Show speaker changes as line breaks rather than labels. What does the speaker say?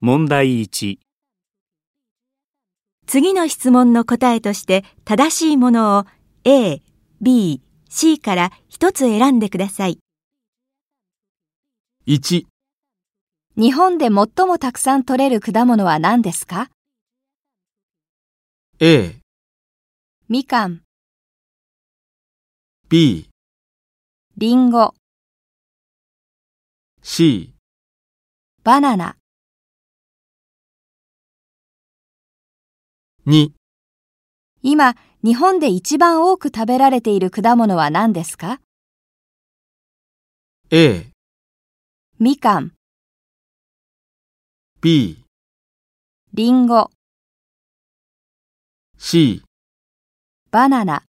問題1、
次の質問の答えとして正しいものを A、B、C から一つ選んでください。
1、
日本で最もたくさん取れる果物は何ですか
A、
みかん、
B、
りんご、
C、
バナナ。
2、
今、日本で一番多く食べられている果物は何ですか
A、
みかん、
B、
りんご、
C。
バナナ。